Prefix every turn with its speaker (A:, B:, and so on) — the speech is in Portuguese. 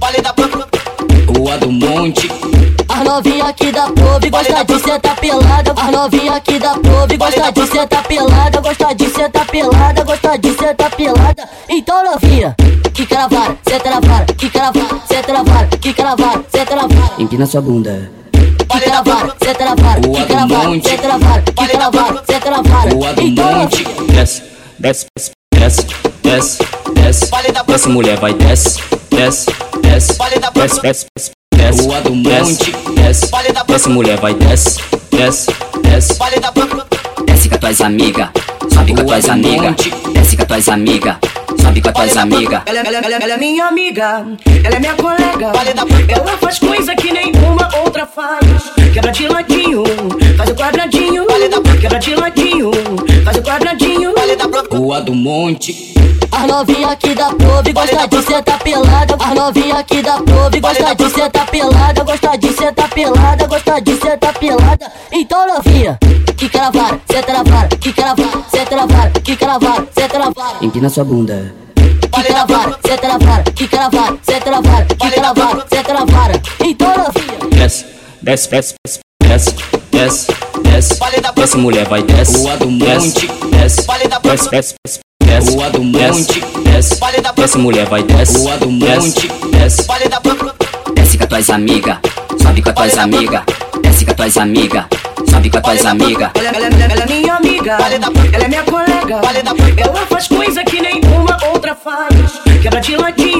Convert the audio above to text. A: Vale da Rua do Monte.
B: As novinha aqui da prove gosta de sentar pelada. As novinha aqui da prove gosta de sentar pelada. Gosta de sentar pelada, gosta de sentar pelada. Então novinha, que cravar, senta na vara, que cravar, senta na vara, que cravar, senta na vara.
C: Empina sua bunda.
B: Que cravar, senta na vara, que cravar, senta na vara, que cravar, senta na vara.
A: Rua do
B: Então
A: Monte.
B: novinha.
D: Desce, desce, desce, desce, desce, desce. Desce, mulher, vai, desce, desce, desce, desce, desce, desce. Desce,
A: Rua do
D: desce,
A: Monte.
D: desce, desce, mulher, vai, desce, desce, desce.
C: Desce com as tuas amigas. Sobe com as tuas amigas. Desce com as tuas amigas. Sobe com as tuas amigas.
E: Ela, ela- ela- ela é minha amiga, ela é minha colega. Ela faz coisa que nenhuma outra faz. Quebra de ladinho, faz o quadradinho. Quebra de ladinho, faz o quadradinho.
D: uh.
A: Rua do Monte.
B: As novinha aqui da prove gosta de sentar pelada. As novinha aqui da prove gosta de sentar pelada. Gosta de sentar pelada, gosta de sentar pelada. Então novinha, que cravar, senta na vara, que cravar, senta na vara, que cravar, senta na vara.
C: Empina sua bunda.
B: Que cravar, senta na vara, que cravar, senta na vara, que cravar, senta na vara. Então novinha.
D: Desce, desce, desce, desce, desce, desce, desce. Desce, mulher, vai, desce.
A: Rua do
D: Desce,
A: Monte.
D: desce,
A: Vale da
D: desce, desce, desce, desce.
A: Rua do
D: Desce,
A: Monte.
D: desce,
A: Vale da
D: desce, mulher, vai, desce.
A: Rua do
D: Desce,
A: Monte.
D: desce,
C: Desce com as tuas amigas. Sobe com as tuas amigas. Desce com as tuas amigas. Sobe com as tuas amigas.
E: Ela, ela- ela- ela é minha amiga, ela é minha colega. Ela faz coisa que nenhuma outra faz. Quebra de ladinho,